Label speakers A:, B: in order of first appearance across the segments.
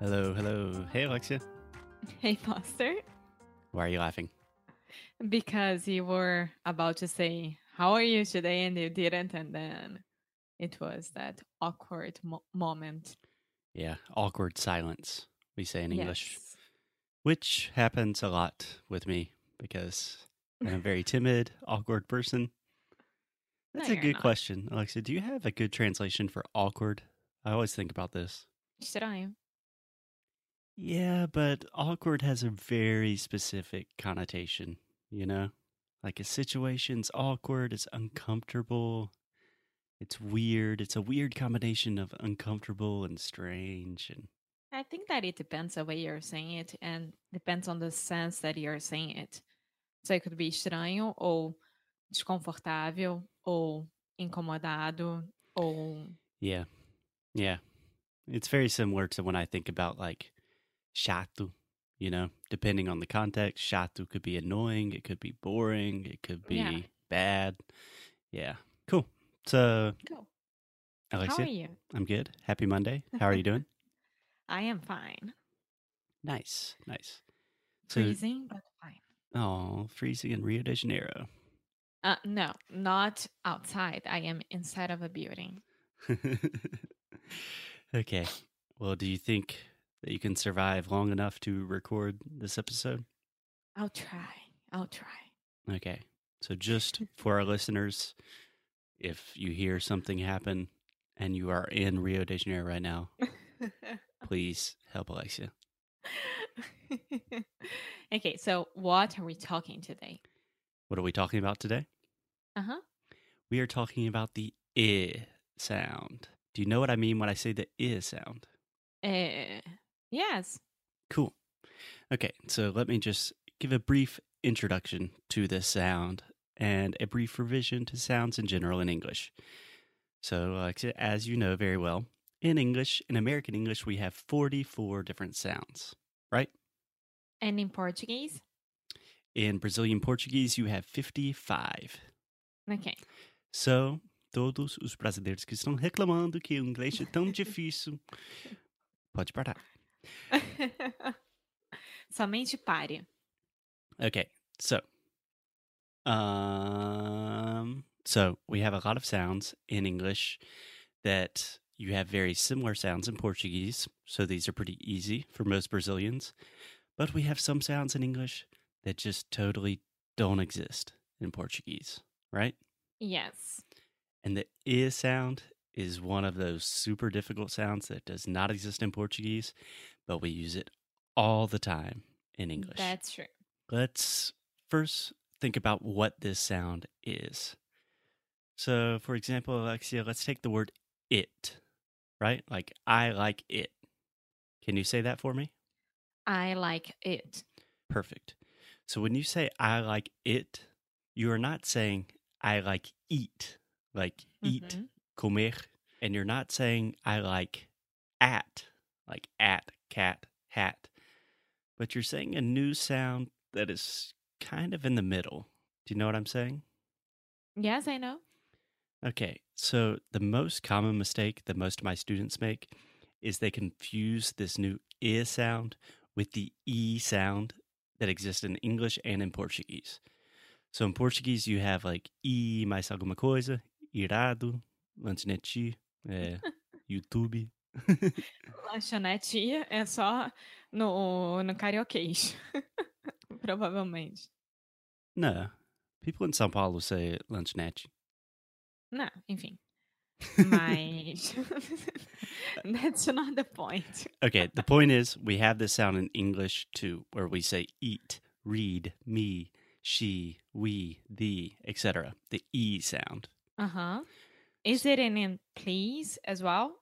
A: Hello, hello. Hey, Alexia.
B: Hey, Foster.
A: Why are you laughing?
B: Because you were about to say, How are you today? and you didn't. And then it was that awkward mo- moment.
A: Yeah, awkward silence, we say in English,
B: Yes.
A: which happens a lot with me because I'm a very timid, awkward person.
B: No,
A: That's a
B: you're
A: good
B: not.
A: question, Alexa. Do you have a good translation for awkward? I always think about this.
B: Estranho.
A: Yeah, but awkward has a very specific connotation, you know? Like a situation's awkward, it's uncomfortable, it's weird, it's a weird combination of uncomfortable and strange and
B: I think that it depends the way you're saying it and depends on the sense that you're saying it. So it could be estranho ou desconfortável ou incomodado ou.
A: yeah. Yeah. It's very similar to when I think about like chato, you know, depending on the context, chato could be annoying, it could be boring, it could be
B: Yeah.
A: bad. Yeah. Cool. So,
B: Cool. How are
A: Alexia,
B: you?
A: I'm good. Happy Monday. How are you doing?
B: I am fine.
A: Nice, nice. So,
B: Freezing, but fine.
A: oh, freezing in Rio de Janeiro.
B: Uh, no, not outside. I am inside of a building.
A: okay. Well, do you think that you can survive long enough to record this episode?
B: I'll try. I'll try.
A: Okay. So, just for our listeners, if you hear something happen and you are in Rio de Janeiro right now, please help Alexia.
B: okay, so what are we talking today?
A: What are we talking about today?
B: Uh
A: Uh-huh.
B: huh.
A: We are talking about the I sound. Do you know what I mean when I say the I sound?
B: Uh, yes.
A: Cool. Okay, so let me just give a brief introduction to this sound and a brief revision to sounds in general in English. So, Alexia, as you know very well, in English, in American English, we have 44 different sounds, right?
B: And in Portuguese?
A: In Brazilian Portuguese, you have 55.
B: Okay.
A: So, todos os brasileiros que estão reclamando que o inglês é tão difícil, pode parar.
B: Somente pare.
A: Okay, so um so we have a lot of sounds in English that you have very similar sounds in Portuguese, so these are pretty easy for most Brazilians. But we have some sounds in English that just totally don't exist in Portuguese, right?
B: Yes.
A: And the I sound is one of those super difficult sounds that does not exist in Portuguese, but we use it all the time in English.
B: That's true.
A: Let's first think about what this sound is. So, for example, Alexia, let's take the word it, right? Like, I like it. Can you say that for me?
B: I like it.
A: Perfect. So, when you say I like it, you are not saying I like eat, like eat,
B: Mhm.
A: comer, and you're not saying I like at, like at, cat, hat, but you're saying a new sound that is kind of in the middle. Do you know what I'm saying?
B: Yes, I know.
A: Okay, so the most common mistake that most of my students make is they confuse this new I sound with the E sound that exists in English and in Portuguese. So in Portuguese, you have like E mais alguma coisa, irado, lanchonete, é, YouTube.
B: Lanchonete é só no, no carioquês. Provavelmente.
A: No, people in Sao Paulo say lanchonete.
B: Não, enfim. Mas. That's not the point.
A: Okay, the point is we have this sound in English too, where we say eat, read, me, she, we, the, etc. The e sound.
B: Aham. Is it in, in please as well?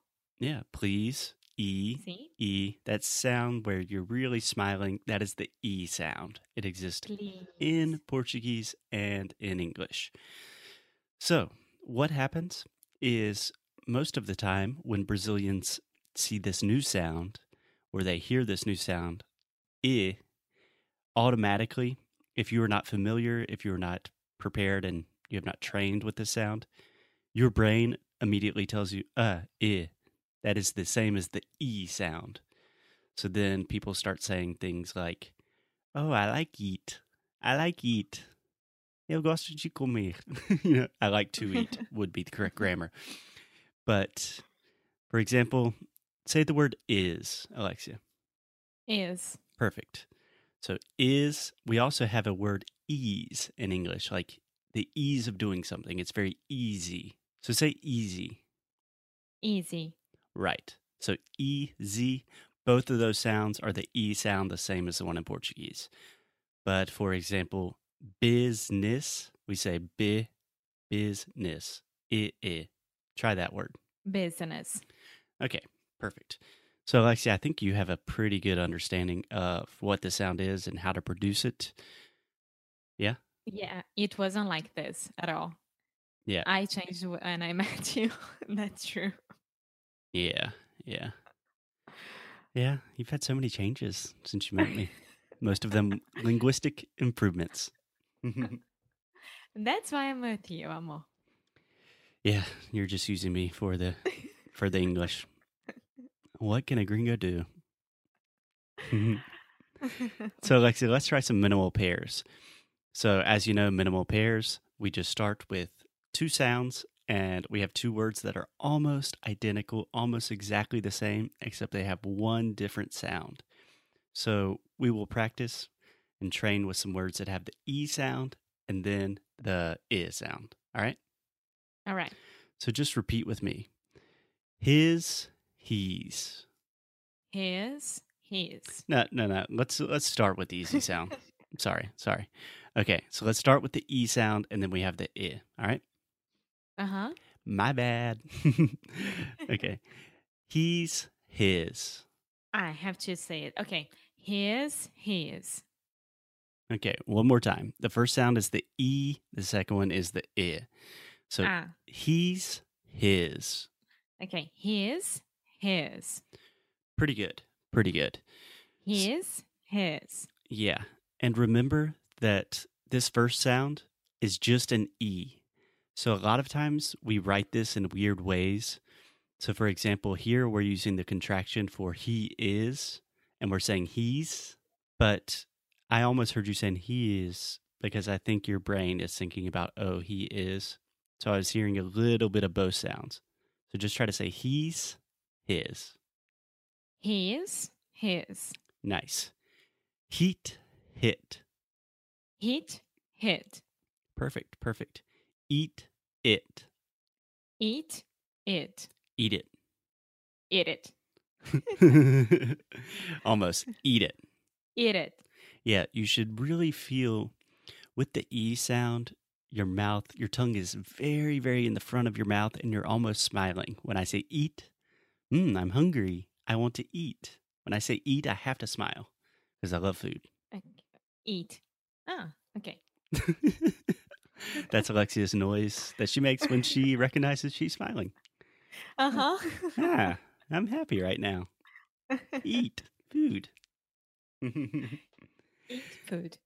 A: Yeah, please. E,
B: Sim.
A: E. That sound where you're really smiling, that is the E sound. It exists
B: Please.
A: in Portuguese and in English. So, what happens is most of the time when Brazilians see this new sound or they hear this new sound, I, automatically, if you are not familiar, if you're not prepared and you have not trained with this sound, your brain immediately tells you, uh, I. That is the same as the E sound. So then people start saying things like, oh, I like eat. I like eat. Eu gosto de comer. you know, I like to eat would be the correct grammar. But for example, say the word is, Alexia.
B: Is.
A: Perfect. So is we also have a word ease in English, like the ease of doing something. It's very easy. So say easy.
B: Easy.
A: Right. So E, Z, both of those sounds are the E sound, the same as the one in Portuguese. But for example, business, we say bi, business, i, i. Try that word.
B: Business.
A: Okay, perfect. So, Alexia, I think you have a pretty good understanding of what the sound is and how to produce it.
B: Yeah, it wasn't like this at all.
A: Yeah.
B: I changed when I met you. That's true.
A: Yeah, yeah. Yeah, you've had so many changes since you met me, most of them linguistic improvements.
B: That's why I'm with you, amor.
A: Yeah, you're just using me for the for the English. What can a gringo do? so, Alexia, let's try some minimal pairs. So, as you know, minimal pairs, we just start with two sounds and we have two words that are almost identical, almost exactly the same, except they have one different sound. So, we will practice and train with some words that have the E sound and then the I sound. All right?
B: all right.
A: So just repeat with me. His, he's.
B: His, his.
A: No, no, no. Let's let's start with the easy sound. sorry, sorry. Okay, so let's start with the e sound, and then we have the i. All right.
B: Uh huh.
A: My bad. okay. He's his.
B: I have to say it. Okay. His, his.
A: Okay, one more time. The first sound is the e. The second one is the i. So
B: Ah,
A: he's his.
B: okay. His, his.
A: Pretty good. Pretty good.
B: His, his.
A: Yeah. And remember that this first sound is just an E. So a lot of times we write this in weird ways. So, for example, here we're using the contraction for he is, and we're saying he's, but I almost heard you saying he is because I think your brain is thinking about, oh, he is. So I was hearing a little bit of both sounds. So just try to say he's, his.
B: His, his.
A: Nice. Heat, hit.
B: Hit, hit.
A: Perfect, perfect. Eat it.
B: Eat, it.
A: Eat
B: Eat it.
A: it. Almost. Eat it.
B: Eat it.
A: Yeah, you should really feel with the E sound, your mouth, your tongue is very, very in the front of your mouth, and you're almost smiling. When I say eat, mm, I'm hungry. I want to eat. When I say eat, I have to smile because I love food.
B: Okay. Eat. Ah, okay.
A: That's Alexia's noise that she makes when she recognizes she's smiling.
B: Uh huh.
A: Ah, I'm happy right now. eat food.
B: Eat food.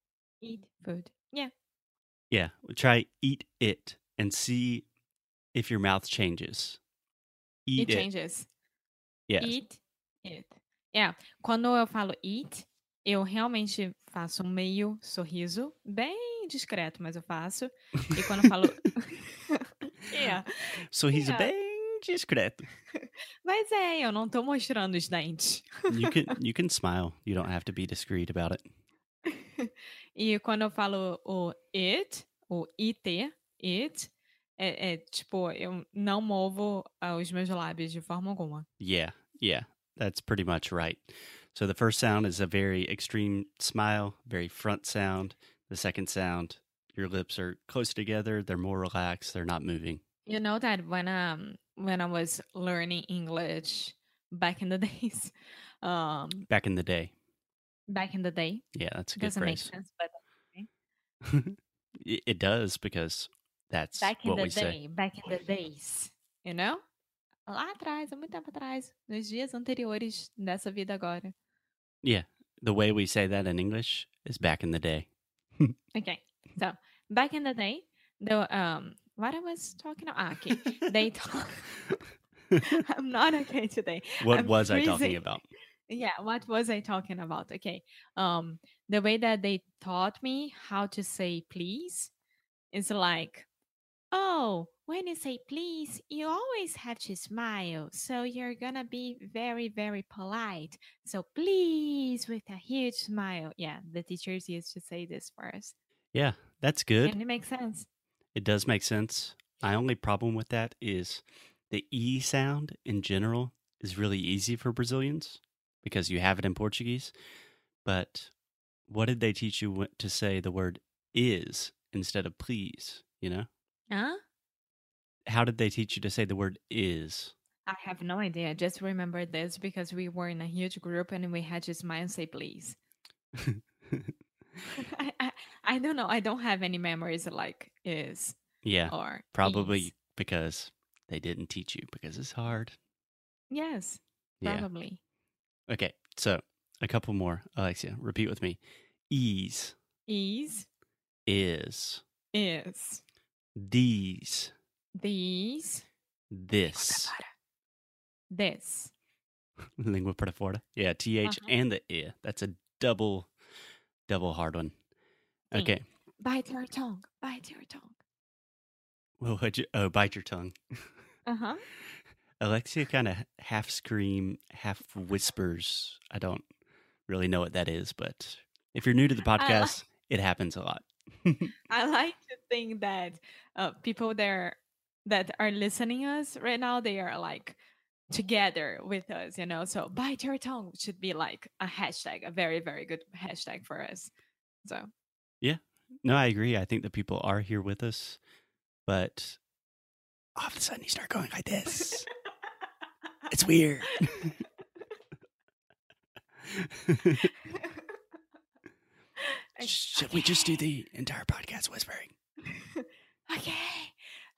B: Eat food. Yeah.
A: yeah, try eat it and see if your mouth changes. Eat
B: it,
A: it.
B: changes.
A: Yes.
B: Eat it. Yeah. Quando eu falo eat, eu realmente faço um meio sorriso, bem discreto, mas eu faço. E quando eu falo. yeah.
A: So he's
B: Yeah.
A: a bem discreto.
B: Mas é, eu não tô mostrando os dentes.
A: You can you can smile. You don't have to be discreet about it.
B: E quando eu falo o it, o it, it, é, é tipo, eu não movo ah, os meus lábios de forma alguma.
A: Yeah, yeah, that's pretty much right. So the first sound is a very extreme smile, very front sound. The second sound, your lips are close together, they're more relaxed, they're not moving.
B: You know that when um when I was learning English back in the days, um
A: Back in the day.
B: back in the day
A: Yeah, that's a good
B: doesn't make
A: phrase.
B: sense, but
A: it it does because that's
B: back in
A: what
B: the
A: we
B: day,
A: say.
B: back in the days, you know? Lá atrás, há muito tempo atrás, nos dias anteriores dessa vida agora.
A: Yeah. The way we say that in English is back in the day.
B: Okay, so back in the day, the um, what I was talking about, ah, okay, they talk. I'm not okay today.
A: What
B: I'm
A: was I talking
B: freezing.
A: about?
B: Yeah, what was I talking about? Okay, um, the way that they taught me how to say please is like, oh, when you say please, you always have to smile, so you're gonna be very, very polite. So please, with a huge smile. Yeah, the teachers used to say this for us,
A: Yeah, that's good.
B: and it makes sense.
A: It does make sense. My only problem with that is the E sound in general is really easy for Brazilians because you have it in Portuguese. But what did they teach you wh- to say the word is instead of please? You know?
B: Huh?
A: How did they teach you to say the word is?
B: I have no idea. I just remember this because we were in a huge group and we had to smile and say please. I, I, I don't know. I don't have any memories like is
A: yeah,
B: or
A: probably
B: is.
A: because they didn't teach you because it's hard.
B: Yes,
A: Yeah.
B: probably.
A: Okay, so a couple more. Alexia, repeat with me. Ease
B: Is
A: is
B: is
A: these
B: these
A: this
B: this
A: lingua portifora. Yeah, th
B: Uh-huh.
A: and the i. That's a double, double hard one.
B: Sim.
A: Okay.
B: bite your tongue, bite your tongue.
A: Well, what'd you? Oh, bite your tongue.
B: Uh huh.
A: Alexia kind of half scream, half whispers. I don't really know what that is, but if you're new to the
B: like-
A: podcast, it happens a lot.
B: I like to think that uh, people there that are listening us right now, they are like together with us, you know. So bite your tongue should be like a hashtag, a very, very good hashtag for us. So
A: No, I agree. I think that people are here with us, but all of a sudden you start going like this. it's weird. Should we just do
B: Okay,
A: the entire podcast whispering?
B: Okay,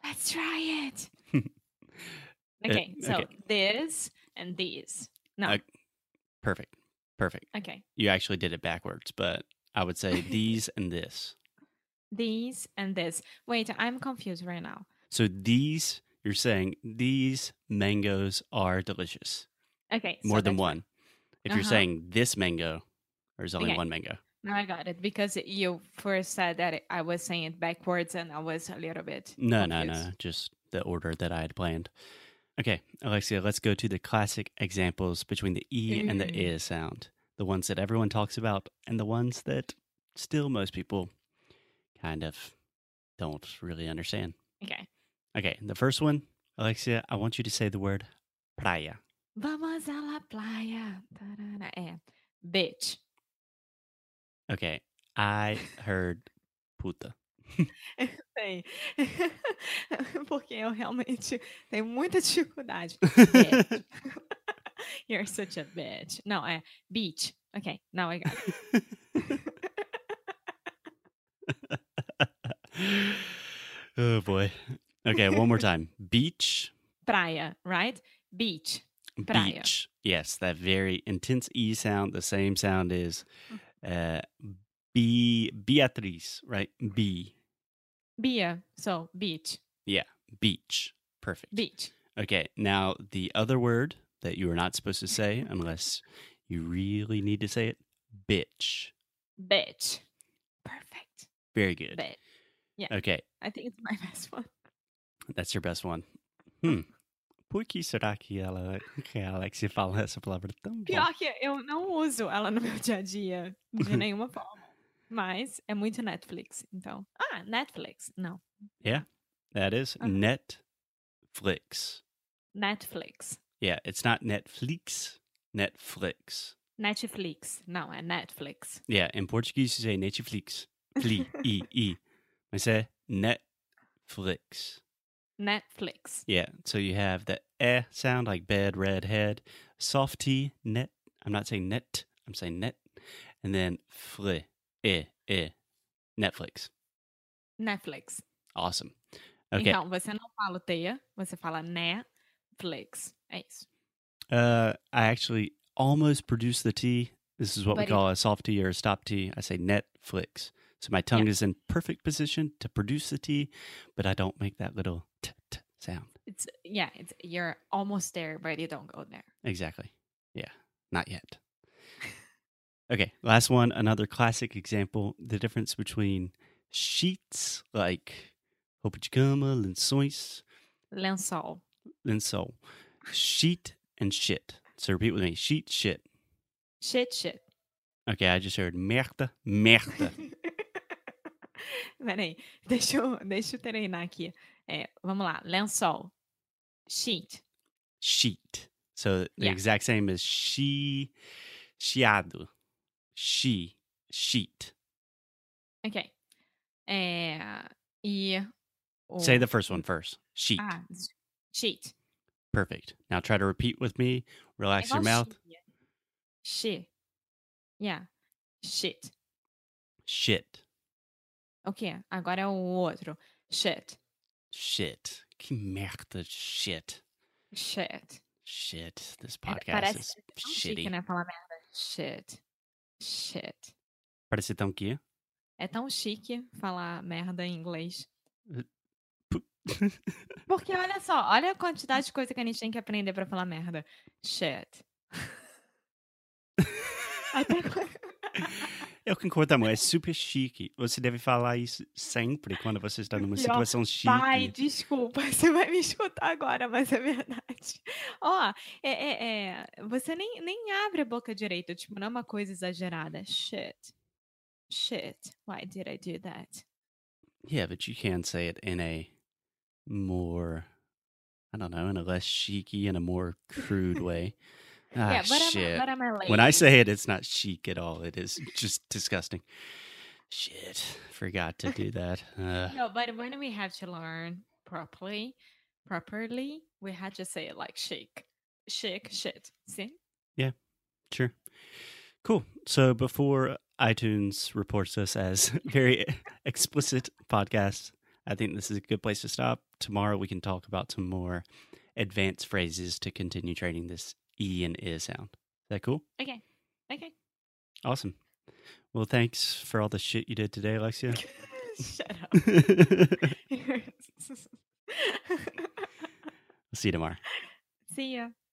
B: let's try it.
A: Uh,
B: okay, so
A: okay.
B: this and these. No,
A: Uh, Perfect. Perfect.
B: okay.
A: You actually did it backwards, but I would say these and this.
B: These and this. Wait, I'm confused right now.
A: So these, you're saying these mangoes are delicious.
B: Okay, so
A: More than
B: that's
A: one. If you're
B: Uh-huh.
A: saying this mango, there's only
B: Okay.
A: one mango.
B: Now I got it because you first said that I was saying it backwards and I was a little bit.
A: No, no, no.
B: confused.
A: Just the order that I had planned. Okay, Alexia, let's go to the classic examples between the E and the
B: Ooh.
A: I sound. The ones that everyone talks about and the ones that still most people kind of don't really understand.
B: Okay.
A: Okay, the first one, Alexia, I want you to say the word praia.
B: Vamos a la playa. Tarara. É. Bitch.
A: Okay, I heard puta.
B: Sei. Porque eu realmente tenho muita dificuldade.
A: Bitch.
B: You're such a bitch. Não, é beach. Ok, now I got it.
A: oh boy. Okay, one more time. Beach.
B: Praia, right? Beach. Praia.
A: Beach. Yes, that very intense E sound, the same sound is
B: Mm.
A: uh B Beatriz, right? B.
B: Bia. So, beach.
A: Beach. Perfect.
B: Beach.
A: Okay, now the other word that you are not supposed to say unless you really need to say it, bitch.
B: Bitch. Perfect.
A: Very good.
B: Bitch.
A: Okay,
B: I think it's my best one.
A: that's your best one. Hmm. Por que será que ela, que a Alexia fala essa palavra tão bom?
B: Pior que eu não uso ela no meu dia a dia de nenhuma forma. Mas é muito Netflix, então. Ah, Netflix. Não.
A: That is
B: Uh-huh.
A: Netflix.
B: Netflix.
A: Yeah, it's not Netflix, Netflix.
B: Netflix. Não, é Netflix.
A: Yeah, in Portuguese you say Netflix. Fli, e, e. I say Netflix.
B: Netflix.
A: Yeah. So you have the eh sound like bed, red, head, soft T, net. I'm not saying net, I'm saying net. And then fle, eh, eh, Netflix.
B: Netflix.
A: Awesome. Okay.
B: Então, você não fala o teia, você fala Netflix. É isso.
A: Uh, I actually almost produced the T. This is what we
B: But it-
A: call a soft T or a stop T. I say Netflix. So my tongue
B: Yeah.
A: is in perfect position to produce the T, but I don't make that little t, t sound.
B: It's, yeah, it's, you're almost there, but you don't go there.
A: Exactly. Yeah. Not yet. Okay. Last one. Another classic example the difference between sheets like Hopachikama, Linsois,
B: Lençol.
A: Linsol, sheet, and shit. So repeat with me sheet, shit.
B: Shit, shit.
A: Okay. I just heard merda, merda.
B: Peraí, deixa eu, deixa eu treinar aqui. É, vamos lá. Lençol. Sheet.
A: sheet. So the
B: Yeah.
A: exact same as she, chiado, she, sheet.
B: Ok. É, e. O...
A: Say the first one first. Sheet.
B: Ah, s- sheet.
A: Perfect. Now try to repeat with me. Relax your mouth.
B: Shit. Yeah. Shit.
A: Shit.
B: Ok, agora é o outro. Shit.
A: Shit. Que merda. Shit.
B: Shit.
A: Shit. This
B: É,
A: podcast
B: parece
A: is
B: tão
A: shitty.
B: chique, né? Falar merda. Shit. Shit.
A: Parece tão que.
B: É tão chique falar merda em inglês. Porque olha só, olha a quantidade de coisa que a gente tem que aprender pra falar merda. Shit. Até
A: Eu concordo, amor. É super chique. Você deve falar isso sempre quando você está numa
B: Pior.
A: situação chique.
B: Pai, desculpa, você vai me escutar agora, mas é verdade. Ó, é, é- é, você nem, nem abre a boca direito, tipo, não é uma coisa exagerada. Shit. Shit. Why did I do that?
A: Yeah, but you can say it in a more, I don't know, in a less cheeky and a more crude way. Ah,
B: yeah, but
A: shit.
B: I'm, but I'm a lady.
A: when I say it, it's not chic at all. It is just disgusting. Shit, forgot to do that. Uh,
B: No, but when we have to learn properly, properly, we had to say it like shake, shake, shit. See?
A: Sure. Cool. So before iTunes reports us as very explicit podcast, I think this is a good place to stop. Tomorrow we can talk about some more advanced phrases to continue training this E and I sound. Is that cool?
B: Okay. Okay.
A: Awesome. Well, thanks for all the shit you did today, Alexia.
B: Shut up.
A: See you tomorrow.
B: See ya.